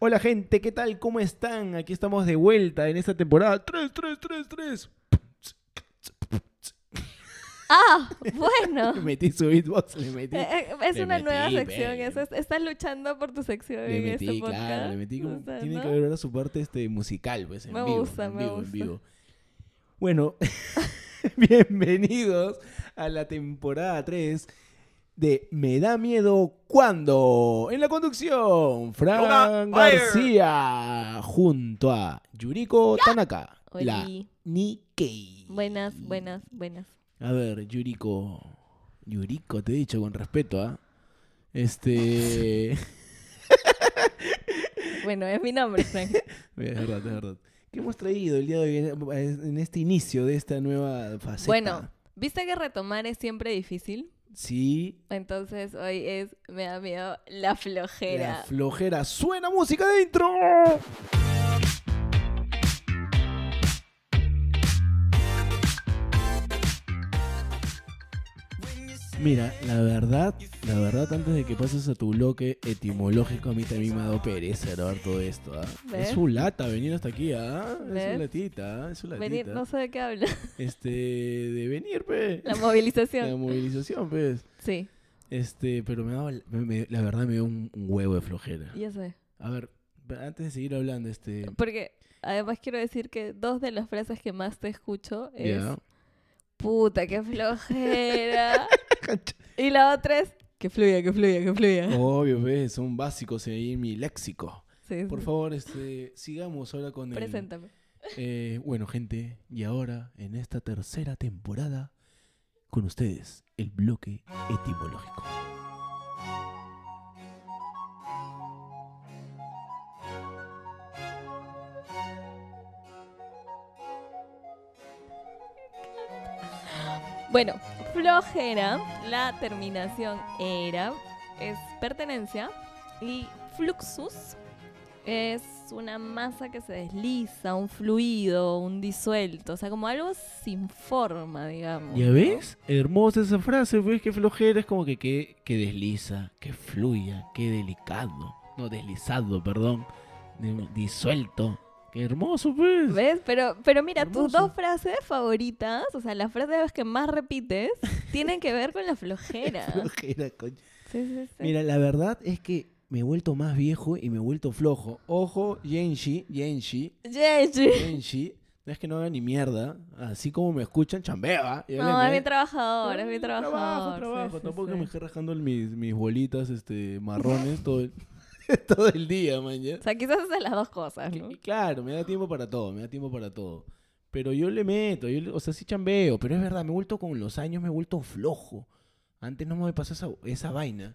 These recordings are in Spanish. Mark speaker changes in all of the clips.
Speaker 1: Hola gente, ¿qué tal? ¿Cómo están? Aquí estamos de vuelta en esta temporada 3, 3, 3, 3.
Speaker 2: Ah, bueno.
Speaker 1: Le metí su beatbox, le metí.
Speaker 2: Eh, eh, Es
Speaker 1: Le
Speaker 2: una nueva
Speaker 1: metí,
Speaker 2: sección.
Speaker 1: pe.
Speaker 2: es- es- estás luchando por tu sección
Speaker 1: Le
Speaker 2: en este
Speaker 1: metí,
Speaker 2: podcast.
Speaker 1: claro, le metí como.
Speaker 2: O sea,
Speaker 1: tiene
Speaker 2: ¿no?
Speaker 1: que haber ahora su parte este, musical, pues. En
Speaker 2: Me
Speaker 1: vivo,
Speaker 2: gusta,
Speaker 1: en
Speaker 2: me
Speaker 1: vivo, en
Speaker 2: gusta.
Speaker 1: vivo. Bueno, bienvenidos a la temporada 3 de Me da miedo cuando. En la conducción, Fran
Speaker 3: Yoga Fire.
Speaker 1: García, junto a Yuriko Tanaka, la
Speaker 2: Oli.
Speaker 1: Nikkei.
Speaker 2: Buenas, buenas, buenas.
Speaker 1: A ver, Yuriko. Yuriko, te he dicho con respeto, ¿ah? Este.
Speaker 2: Bueno, es mi nombre, Frank.
Speaker 1: Es verdad, es verdad. ¿Qué hemos traído el día de hoy en en este inicio de esta nueva faceta?
Speaker 2: Bueno, ¿viste que retomar es siempre difícil?
Speaker 1: Sí,
Speaker 2: Entonces hoy es, me da miedo, la
Speaker 1: la
Speaker 2: flojera.
Speaker 1: flojera. ¡Suena música de intro! Mira, la verdad, la verdad, antes de que pases a tu bloque etimológico, a mí también me ha dado pereza grabar todo esto, ¿ah?
Speaker 2: ¿Ves?
Speaker 1: Es su lata venir hasta aquí, ¿ah? Es
Speaker 2: ¿Ves?
Speaker 1: su latita, ¿ah? Es su latita.
Speaker 2: Venir, no sé de qué hablo.
Speaker 1: Este, de venir, pe.
Speaker 2: La
Speaker 1: La
Speaker 2: movilización.
Speaker 1: movilización, pues.
Speaker 2: Sí,
Speaker 1: Este, pero me daba, me- me- la verdad me dio un un huevo de flojera.
Speaker 2: ya sé.
Speaker 1: A ver, pa- antes de seguir hablando, este...
Speaker 2: Porque además quiero decir que dos de las frases que más te escucho es,
Speaker 1: ya.
Speaker 2: puta, qué flojera. y la otra es, que fluya, que fluya, que fluya.
Speaker 1: Obvio, pues, son básicos ahí en mi léxico.
Speaker 2: Sí, sí.
Speaker 1: Por favor, este, sigamos ahora con el...
Speaker 2: Preséntame.
Speaker 1: eh, bueno, gente, y ahora, en esta tercera temporada, con ustedes, el bloque etimológico.
Speaker 2: Bueno, flojera, la terminación era, es pertenencia y fluxus es una masa que se desliza, un fluido, un disuelto, o sea, como algo sin forma, digamos.
Speaker 1: ¿Ya
Speaker 2: ¿no?
Speaker 1: ves? Hermosa esa frase, pues que flojera, es como que, que, que desliza, que fluya, que delicado. No, deslizado, perdón. de- disuelto. Qué hermoso, pues.
Speaker 2: ¿Ves? Pero, pero mira, tus
Speaker 1: Hermoso.
Speaker 2: dos frases favoritas, o sea, las frases que más repites, tienen que ver con la flojera.
Speaker 1: Flojera, coño.
Speaker 2: Sí, sí, sí.
Speaker 1: Mira, la verdad es que me he vuelto más viejo y me he vuelto flojo. Ojo, Yenshi, Yenshi,
Speaker 2: Yeji.
Speaker 1: Yenshi. No es que no haga ni mierda. Así como me escuchan, chambea. Yo
Speaker 2: No,
Speaker 1: le-
Speaker 2: es mi trabajador, es mi
Speaker 1: ¿eh? Trabajo,
Speaker 2: trabajador. sí,
Speaker 1: trabajo.
Speaker 2: sí,
Speaker 1: Tampoco
Speaker 2: sí.
Speaker 1: me esté rajando mis, mis bolitas este, marrones todo el, todo el día, man. ¿ya?
Speaker 2: O sea, quizás haces las dos cosas, ¿no?
Speaker 1: Y Claro, me da tiempo para todo, me da tiempo para todo. Pero yo le meto, yo le- o sea, sí chambeo, pero es verdad, me he vuelto con los años, me he vuelto flojo. Antes no me pasó esa, esa vaina.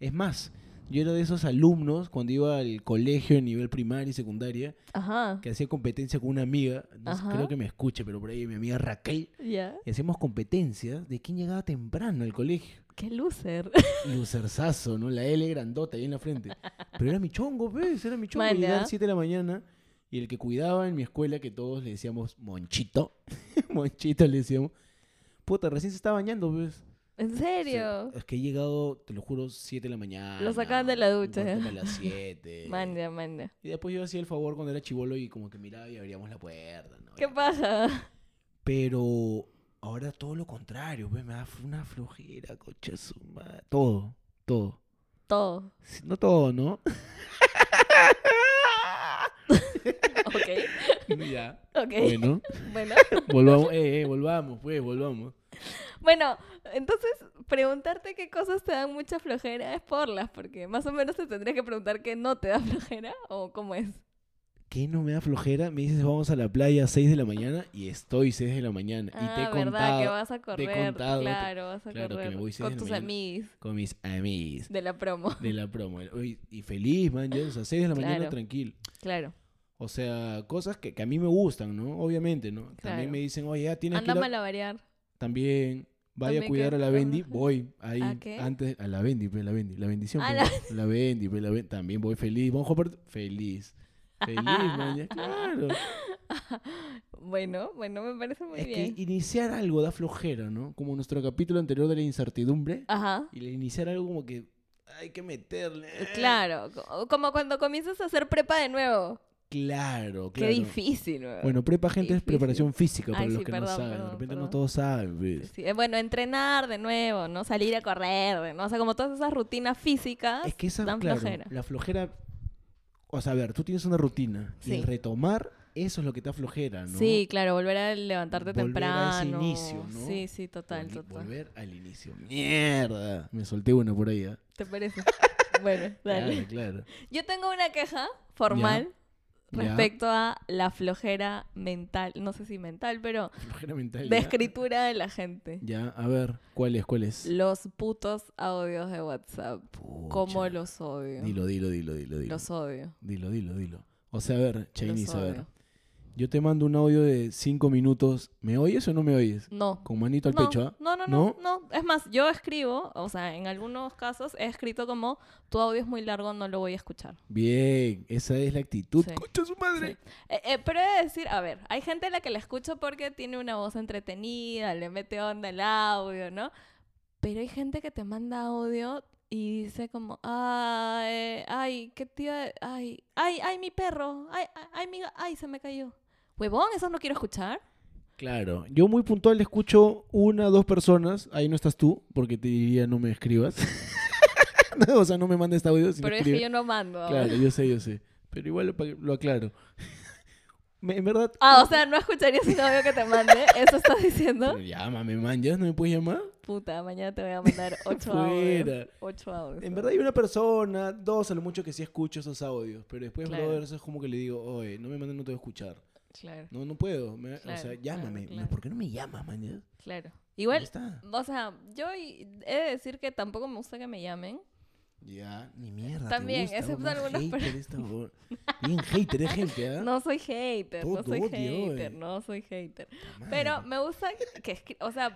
Speaker 1: Es más, yo era de esos alumnos cuando iba al colegio en nivel primaria y secundaria,
Speaker 2: Ajá.
Speaker 1: que hacía competencia con una amiga, no sé,
Speaker 2: Ajá.
Speaker 1: creo que me escuche, pero por ahí mi amiga Raquel,
Speaker 2: Ya.
Speaker 1: y hacíamos competencias de quién llegaba temprano al colegio.
Speaker 2: Qué loser.
Speaker 1: Lucerzazo, ¿no? La L grandota ahí en la frente. Pero era mi chongo, pues, era mi chongo.
Speaker 2: Mala.
Speaker 1: Llegaba a las 7 de la mañana y el que cuidaba en mi escuela, que todos le decíamos Monchito, Monchito le decíamos, puta, recién se está bañando, pues.
Speaker 2: ¿En serio?
Speaker 1: Es que he llegado, te lo juro, 7 de la mañana.
Speaker 2: Lo sacaban de la ducha,
Speaker 1: un cuarto
Speaker 2: ¿eh?
Speaker 1: para las 7.
Speaker 2: Manda, manda.
Speaker 1: Y después yo hacía el favor cuando era chivolo y como que miraba y abríamos la puerta, ¿no?
Speaker 2: ¿Qué pasa?
Speaker 1: Pero ahora todo lo contrario, pues, me da una flojera, coche su madre. Todo, todo.
Speaker 2: Todo.
Speaker 1: Sí, No todo, ¿no?
Speaker 2: Ok.
Speaker 1: ya.
Speaker 2: Ok. Bueno.
Speaker 1: Bueno, volvamos, eh, eh, volvamos, pues, volvamos.
Speaker 2: Bueno, entonces preguntarte qué cosas te dan mucha flojera es porlas, porque más o menos te tendrías que preguntar qué no te da flojera o cómo es.
Speaker 1: ¿Qué no me da flojera? Me dices, vamos a la playa a 6 de la mañana y estoy 6 de la mañana. y te he
Speaker 2: ah, verdad,
Speaker 1: contado
Speaker 2: que vas a correr.
Speaker 1: contado, te-
Speaker 2: claro, vas a
Speaker 1: claro, que me
Speaker 2: correr
Speaker 1: voy seis de
Speaker 2: con
Speaker 1: la
Speaker 2: tus
Speaker 1: mañana.
Speaker 2: amigos
Speaker 1: con mis amigos
Speaker 2: de la promo.
Speaker 1: de la promo. Uy, Y feliz, man, ya, o sea, 6 de la mañana
Speaker 2: Claro.
Speaker 1: tranquilo.
Speaker 2: Claro.
Speaker 1: O sea, cosas que, que a mí me gustan, ¿no? Obviamente, ¿no?
Speaker 2: Claro.
Speaker 1: También me dicen, oye, ya tienes
Speaker 2: Anda
Speaker 1: que ir a-
Speaker 2: a variar.
Speaker 1: También, vaya
Speaker 2: También
Speaker 1: a cuidar
Speaker 2: que-
Speaker 1: a la Bendy,
Speaker 2: ajá.
Speaker 1: voy ahí
Speaker 2: ¿A qué?
Speaker 1: antes a la Bendy, pues, la Bendy, la bendición,
Speaker 2: A
Speaker 1: pues, la Bendy, pues, la Ben- también voy feliz, vamos a jugar feliz. Feliz, man, ya, claro.
Speaker 2: Bueno, bueno, me parece muy
Speaker 1: es
Speaker 2: bien.
Speaker 1: que iniciar algo da flojera, ¿no? Como nuestro capítulo anterior de la incertidumbre
Speaker 2: Ajá.
Speaker 1: y el iniciar algo como que hay que meterle.
Speaker 2: Claro, co- como cuando comienzas a hacer prepa de nuevo.
Speaker 1: Claro, claro.
Speaker 2: Qué difícil, weón.
Speaker 1: Bueno, prepa, gente, es
Speaker 2: Difícil.
Speaker 1: preparación física para
Speaker 2: Ay,
Speaker 1: los
Speaker 2: sí,
Speaker 1: que no
Speaker 2: perdón,
Speaker 1: saben. de
Speaker 2: perdón,
Speaker 1: repente no
Speaker 2: perdón.
Speaker 1: todos saben. ¿ves?
Speaker 2: Sí, eh, bueno, entrenar de nuevo, ¿no? Salir a correr, de- ¿no? O sea, como todas esas rutinas físicas
Speaker 1: Es que esa,
Speaker 2: dan
Speaker 1: claro,
Speaker 2: flojera.
Speaker 1: la flojera... O sea, a ver, tú tienes una rutina. Y el
Speaker 2: Sí.
Speaker 1: retomar, eso es lo que te aflojera, ¿no?
Speaker 2: Sí, claro, volver a levantarte
Speaker 1: Volver
Speaker 2: temprano.
Speaker 1: a ese inicio, ¿no?
Speaker 2: Sí, sí, total,
Speaker 1: Volvi-
Speaker 2: total.
Speaker 1: Volver al inicio. ¡Mierda! Me solté una por ahí, ¿ah?
Speaker 2: ¿Te parece? bueno, dale.
Speaker 1: Claro, claro.
Speaker 2: Yo tengo una queja formal
Speaker 1: Ya.
Speaker 2: respecto a la flojera mental, no sé si mental, pero
Speaker 1: Flojera mental.
Speaker 2: de
Speaker 1: ya.
Speaker 2: escritura de la gente.
Speaker 1: Ya, a ver, ¿cuál es? ¿Cuál es?
Speaker 2: Los putos audios de WhatsApp.
Speaker 1: Pucha.
Speaker 2: ¿Cómo los odio?
Speaker 1: Dilo, dilo, dilo, dilo, dilo.
Speaker 2: Los odio.
Speaker 1: Dilo, dilo, dilo. O sea, a ver, Chinese,
Speaker 2: los
Speaker 1: a ver.
Speaker 2: odio.
Speaker 1: Yo te mando un audio de cinco minutos. ¿Me oyes o no me oyes?
Speaker 2: No.
Speaker 1: Con manito al
Speaker 2: no,
Speaker 1: pecho, ¿ah?
Speaker 2: No, no, no, no. Es más, yo escribo, o sea, en algunos casos he escrito como, tu audio es muy largo, no lo voy a escuchar.
Speaker 1: Bien, esa es la actitud.
Speaker 2: Sí.
Speaker 1: ¡Concha su madre!
Speaker 2: Eh, eh, pero he de decir, a ver, hay gente a la que la escucho porque tiene una voz entretenida, le mete onda el audio, ¿no? Pero hay gente que te manda audio y dice como, ay, ay, qué tía, ay, ay, ay, mi perro, ay, ay, ay, mi, ga- ay, se me cayó. Huevón, eso no quiero escuchar.
Speaker 1: Claro, yo muy puntual le escucho una o dos personas. Ahí no estás tú, porque te diría no me escribas. No, o sea, no me mandes este audio. sino
Speaker 2: pero es
Speaker 1: escribe.
Speaker 2: que yo no mando.
Speaker 1: Claro, yo sé, yo sé. Pero igual lo, pa- lo aclaro. Me- en verdad.
Speaker 2: Ah, o sea, no escucharías un audio que te mande. Eso estás diciendo.
Speaker 1: Pero llámame, man, ¿ya no me puedes llamar?
Speaker 2: Puta, mañana te voy a mandar ocho
Speaker 1: Fuera.
Speaker 2: audios. Ocho audios.
Speaker 1: En verdad hay una persona, dos a lo mucho que sí escucho esos audios, pero después,
Speaker 2: Claro.
Speaker 1: brother, eso es como que le digo, oye, no me mandes, no te voy a escuchar.
Speaker 2: Claro,
Speaker 1: No, no puedo. me- o
Speaker 2: Claro,
Speaker 1: sea,
Speaker 2: claro,
Speaker 1: llámame.
Speaker 2: claro.
Speaker 1: ¿Por qué no me llamas, man? ya?
Speaker 2: claro.
Speaker 1: Ya
Speaker 2: Igual,
Speaker 1: está.
Speaker 2: o sea, yo y- he de decir que tampoco me gusta que me llamen.
Speaker 1: Ya, ni mierda. te
Speaker 2: También,
Speaker 1: gusta,
Speaker 2: excepto
Speaker 1: weón,
Speaker 2: algunas
Speaker 1: hater
Speaker 2: personas.
Speaker 1: esta, weón. Bien hater, es gente, ¿ah?
Speaker 2: No soy hater, no
Speaker 1: Todo
Speaker 2: soy
Speaker 1: odio,
Speaker 2: hater,
Speaker 1: eh.
Speaker 2: no soy hater.
Speaker 1: Madre.
Speaker 2: Pero me gusta que, escri- o sea,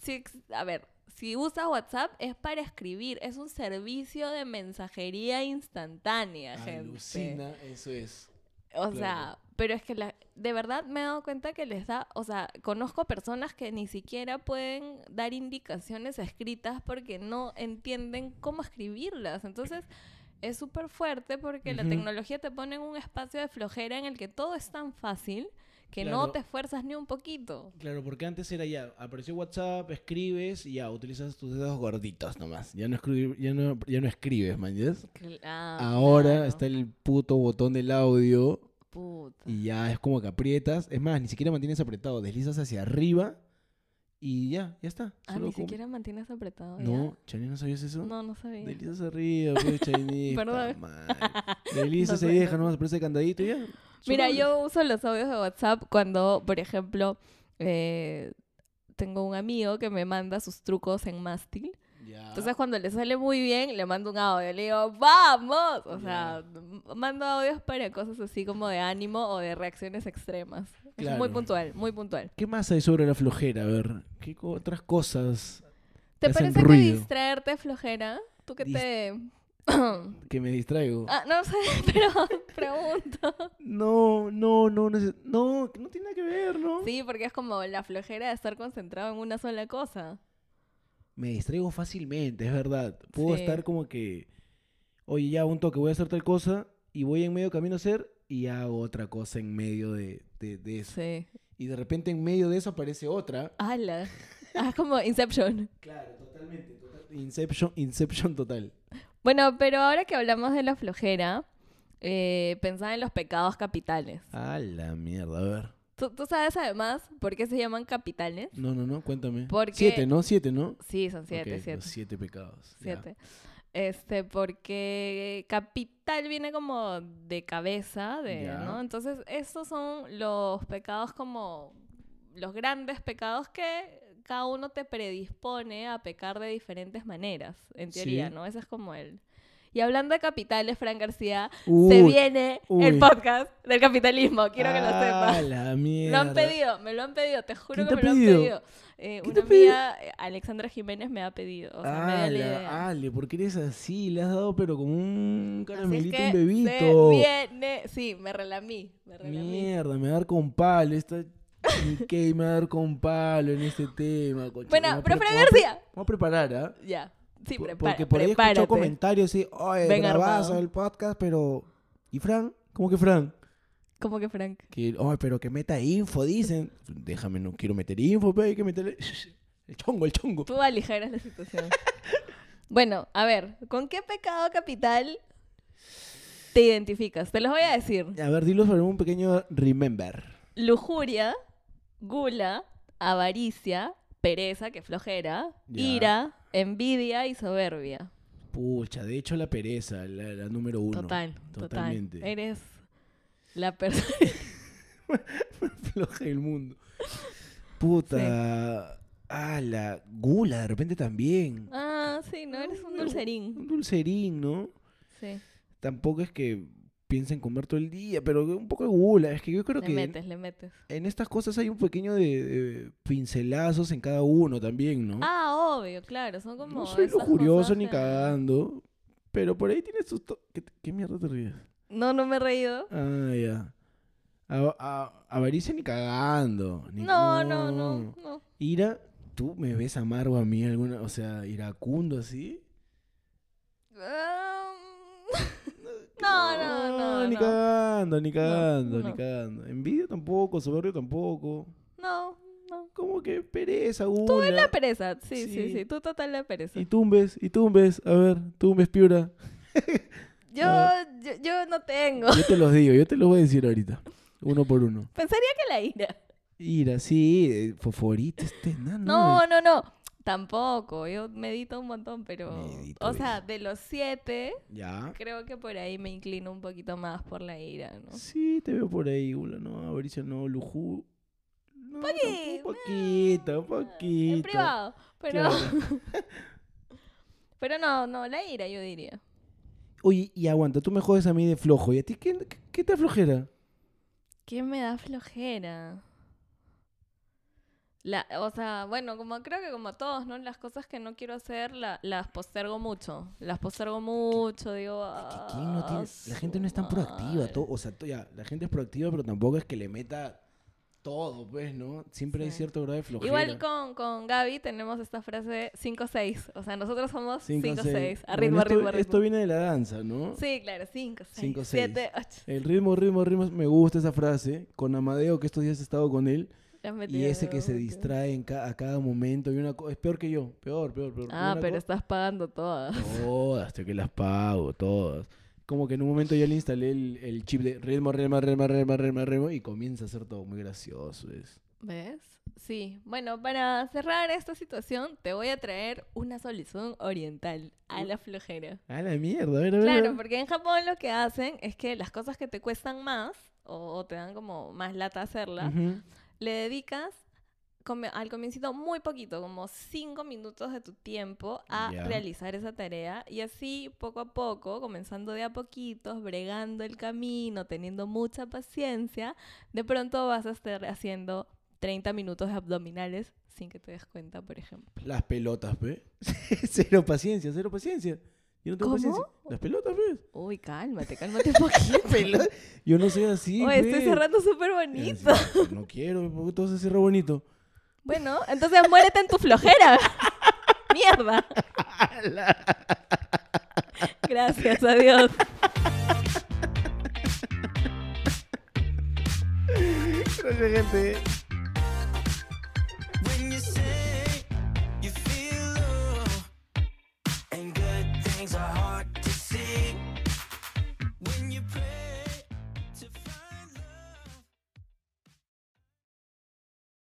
Speaker 2: si, ex- a ver, si usas WhatsApp es para escribir, es un servicio de mensajería instantánea, gente.
Speaker 1: Alucina, eso es.
Speaker 2: O
Speaker 1: Claro.
Speaker 2: sea, pero es que la, de verdad me he dado cuenta que les da, o sea, conozco personas que ni siquiera pueden dar indicaciones escritas porque no entienden cómo escribirlas. Entonces, es súper fuerte porque la
Speaker 1: Ujú.
Speaker 2: tecnología te pone en un espacio de flojera en el que todo es tan fácil que
Speaker 1: Claro.
Speaker 2: no te esfuerzas ni un poquito.
Speaker 1: Claro, porque antes era ya, apareció WhatsApp, escribes y ya, utilizas tus dedos gorditos nomás. Ya no, escribes, ya no, ya no escribes, man. ¿ya ves?
Speaker 2: Ah,
Speaker 1: Ahora está el puto botón del audio
Speaker 2: Puta.
Speaker 1: y ya es como que aprietas. Es más, ni siquiera mantienes apretado, deslizas hacia arriba y ya, ya está.
Speaker 2: Ah,
Speaker 1: Solo
Speaker 2: ni
Speaker 1: como-
Speaker 2: siquiera mantienes apretado. ya?
Speaker 1: No, Chani, ¿no sabías eso?
Speaker 2: No, no sabía.
Speaker 1: Deslizas arriba, pues, Chani.
Speaker 2: Perdón.
Speaker 1: puta madre. Deslizas
Speaker 2: No
Speaker 1: ahí,
Speaker 2: sé,
Speaker 1: deja
Speaker 2: no
Speaker 1: nomás aparece el candadito y ya.
Speaker 2: Mira,
Speaker 1: Solo-
Speaker 2: yo uso los audios de WhatsApp cuando, por ejemplo, eh, tengo un amigo que me manda sus trucos en mástil.
Speaker 1: Ya.
Speaker 2: Entonces, cuando le sale muy bien, le mando un audio. Le digo, ¡vamos! O sea, m- mando audios para cosas así como de ánimo o de reacciones extremas. Es muy
Speaker 1: Claro.
Speaker 2: puntual, muy puntual.
Speaker 1: ¿Qué más hay sobre la flojera? A ver, ¿qué co- otras cosas
Speaker 2: ¿Te
Speaker 1: Hacen
Speaker 2: parece que
Speaker 1: ruido.
Speaker 2: distraerte es flojera? Tú que
Speaker 1: Dis-
Speaker 2: te...
Speaker 1: que me distraigo?
Speaker 2: Ah, no sé, pero pregunto.
Speaker 1: No, no, no, neces- no, que no tiene nada que ver, ¿no?
Speaker 2: Sí, porque es como la flojera de estar concentrado en una sola cosa.
Speaker 1: Me distraigo fácilmente, es verdad. Puedo
Speaker 2: Sí.
Speaker 1: estar como que, oye, ya un toque, voy a hacer tal cosa y voy en medio camino a hacer y hago otra cosa en medio de, de- de eso.
Speaker 2: Sí.
Speaker 1: Y de repente en medio de eso aparece otra.
Speaker 2: ¡Hala! Ah, es como Inception.
Speaker 1: Claro, totalmente. Inception, Inception total.
Speaker 2: Bueno, pero ahora que hablamos de la flojera, eh, pensaba en los pecados capitales.
Speaker 1: A la mierda, a ver.
Speaker 2: ¿Tú, tú sabes además por qué se llaman capitales?
Speaker 1: No, no, no, cuéntame.
Speaker 2: Porque-
Speaker 1: Siete, ¿no? Siete, ¿no?
Speaker 2: Sí, son siete,
Speaker 1: Ok,
Speaker 2: siete.
Speaker 1: Los siete pecados. ya.
Speaker 2: siete. Este, porque capital viene como de cabeza, de,
Speaker 1: Ya.
Speaker 2: ¿no? Entonces, estos son los pecados como los grandes pecados que cada uno te predispone a pecar de diferentes maneras, en
Speaker 1: Sí.
Speaker 2: teoría, ¿no? Ese es como el... Y hablando de capitales, Fran García, se
Speaker 1: Uy,
Speaker 2: viene
Speaker 1: uy.
Speaker 2: el podcast del capitalismo, quiero que lo
Speaker 1: A
Speaker 2: sepas.
Speaker 1: la
Speaker 2: Lo han
Speaker 1: mierda.
Speaker 2: pedido, me lo han pedido, te juro
Speaker 1: ¿Quién te
Speaker 2: que me
Speaker 1: ha
Speaker 2: lo han
Speaker 1: pedido?
Speaker 2: pedido. Eh,
Speaker 1: ¿Quién
Speaker 2: una
Speaker 1: te ha pedido? Ah,
Speaker 2: amiga, eh, Alexandra Jiménez, me ha pedido. O sea, me dio la idea.
Speaker 1: Ala, Ale, ¿por qué eres así? Le has dado pero como un
Speaker 2: Así es
Speaker 1: caramelito,
Speaker 2: que
Speaker 1: un
Speaker 2: se
Speaker 1: bebito.
Speaker 2: viene, sí, me relamí, me relamí.
Speaker 1: Mierda, me va a dar con palo. Esta que me va a dar con palo en este tema. coche.
Speaker 2: Bueno,
Speaker 1: Me va a
Speaker 2: pero
Speaker 1: pre-
Speaker 2: Fran
Speaker 1: me va a pre-
Speaker 2: García.
Speaker 1: Vamos a preparar, ¿ah?
Speaker 2: Ya, Sí,
Speaker 1: Por-
Speaker 2: prepara-
Speaker 1: Porque por ahí escucho
Speaker 2: prepárate.
Speaker 1: comentarios y, oye,
Speaker 2: Ven
Speaker 1: bravazo
Speaker 2: armado".
Speaker 1: el podcast, pero... ¿Y Fran? ¿Cómo que Fran?
Speaker 2: Como que Frank.
Speaker 1: Que, oye, pero que meta info, dicen. Déjame, no quiero meter info, pero hay que meterle... El chongo, el chongo.
Speaker 2: Tú aligeras la situación. bueno, a ver, ¿con qué pecado capital te identificas? Te los voy a decir.
Speaker 1: A ver, dilo sobre un pequeño remember.
Speaker 2: Lujuria, gula, avaricia, pereza, que flojera,
Speaker 1: Ya.
Speaker 2: ira, envidia y soberbia.
Speaker 1: Pucha, de hecho la pereza, la, la número uno.
Speaker 2: total,
Speaker 1: Totalmente.
Speaker 2: total. Eres la persona...
Speaker 1: Floja del mundo. Puta. Ah, la gula, de repente también.
Speaker 2: ah, sí, no, eres un dulcerín.
Speaker 1: Un dulcerín, ¿no?
Speaker 2: Sí,
Speaker 1: Tampoco es que piensen comer todo el día, pero un poco de gula. Es que yo creo
Speaker 2: le
Speaker 1: que en-
Speaker 2: metes, le metes.
Speaker 1: en estas cosas hay un pequeño de, de pincelazos en cada uno también, ¿no?
Speaker 2: Ah, obvio, claro, son como...
Speaker 1: no soy
Speaker 2: esas
Speaker 1: lujurioso
Speaker 2: cosas ¿eh?
Speaker 1: ni
Speaker 2: que-
Speaker 1: cagando, pero por ahí tienes sus... to- ¿Qué, te- qué mierda te ríes?
Speaker 2: No, no me he reído.
Speaker 1: Ah, ya. A- a- avaricia ni cagando. ni-
Speaker 2: No, no, no, no.
Speaker 1: Ira, tú me ves amargo a mí alguna, o sea, iracundo así.
Speaker 2: Ah, No, no, no,
Speaker 1: Ni
Speaker 2: no.
Speaker 1: cagando, ni cagando, ni
Speaker 2: no.
Speaker 1: cagando. Envidia tampoco, soberbio tampoco.
Speaker 2: No, no.
Speaker 1: Como que pereza, gula.
Speaker 2: La pereza, sí, sí, sí,
Speaker 1: Sí.
Speaker 2: tú total la pereza.
Speaker 1: Y tumbes, y tumbes, a ver, tumbes, piura.
Speaker 2: Yo,
Speaker 1: Ah.
Speaker 2: yo, yo no tengo.
Speaker 1: Yo te los digo, yo te los voy a decir ahorita. Uno por uno.
Speaker 2: Pensaría que la ira.
Speaker 1: Ira, sí, eh, fosforito, este, no, no.
Speaker 2: No, no, no. Tampoco. Yo medito un montón, pero.
Speaker 1: Medito
Speaker 2: O sea,
Speaker 1: eso.
Speaker 2: de los siete,
Speaker 1: Ya.
Speaker 2: creo que por ahí me inclino un poquito más por la ira, ¿no? Ah,
Speaker 1: Sí, te veo por ahí, gula, no, avaricia no, lujú. No,
Speaker 2: Poqui-
Speaker 1: un poquito, un poquito.
Speaker 2: En privado. Pero.
Speaker 1: Claro.
Speaker 2: Pero no, no, la ira, yo diría.
Speaker 1: Oye, y aguanta, tú me jodes a mí de flojo. ¿Y a ti qué, qué- qué te aflojera?
Speaker 2: ¿Qué me da flojera? La, o sea, bueno, como creo que como a todos, ¿no? Las cosas que no quiero hacer la- las postergo mucho. Las postergo mucho, digo.
Speaker 1: Que ¿quién no tiene-
Speaker 2: "Ah,
Speaker 1: La gente no es tan
Speaker 2: su
Speaker 1: proactiva.
Speaker 2: madre".
Speaker 1: to- o sea, to- ya, la gente es proactiva, pero tampoco es que le meta todo, pues, ¿no? Siempre hay
Speaker 2: Sí.
Speaker 1: cierto grado de flojera.
Speaker 2: Igual con, con Gaby tenemos esta frase 5-6. O sea, nosotros somos
Speaker 1: Cinco, seis.
Speaker 2: 5-6.
Speaker 1: Bueno,
Speaker 2: A ritmo, a
Speaker 1: esto,
Speaker 2: ritmo, a
Speaker 1: Esto
Speaker 2: ritmo.
Speaker 1: viene de la danza, ¿no?
Speaker 2: Sí, claro, 5, 6,
Speaker 1: Cinco,
Speaker 2: 7, 8.
Speaker 1: El ritmo, ritmo, ritmo. Me gusta esa frase. Con Amadeo, que estos días he estado con él. Y ese que se distrae en ca- a cada momento. Y una co- es peor que yo. Peor, peor, peor.
Speaker 2: Ah,
Speaker 1: Una
Speaker 2: pero
Speaker 1: co-
Speaker 2: estás pagando todas.
Speaker 1: Todas, tengo que las pago, todas. Como que en un momento yo le instalé el, el chip de ritmo, ritmo, ritmo, ritmo, ritmo, ritmo, y comienza a ser todo muy gracioso. Es.
Speaker 2: ¿Ves? Sí. Bueno, para cerrar esta situación, te voy a traer una solución oriental a la flojera.
Speaker 1: A la mierda, a ver, a ver. a
Speaker 2: Claro,
Speaker 1: ver.
Speaker 2: porque en Japón lo que hacen es que las cosas que te cuestan más o, o te dan como más lata hacerlas,
Speaker 1: Ujú.
Speaker 2: le dedicas come- al comiencito muy poquito, como cinco minutos de tu tiempo a
Speaker 1: Ya.
Speaker 2: realizar esa tarea y así poco a poco, comenzando de a poquitos, bregando el camino, teniendo mucha paciencia, de pronto vas a estar haciendo 30 minutos de abdominales sin que te des cuenta, por ejemplo.
Speaker 1: Las pelotas, pe. cero paciencia, cero paciencia. Yo no tengo
Speaker 2: ¿Cómo?
Speaker 1: paciencia. Las pelotas, pe.
Speaker 2: Uy, cálmate, cálmate un poquito.
Speaker 1: Pelo- Yo no soy así.
Speaker 2: Oye, estoy
Speaker 1: pe.
Speaker 2: cerrando súper
Speaker 1: Y así,
Speaker 2: bonito.
Speaker 1: No quiero, porque todo se cierra bonito.
Speaker 2: Bueno, entonces muérete en tu flojera. Mierda. Gracias, adiós.
Speaker 1: Gracias, gente.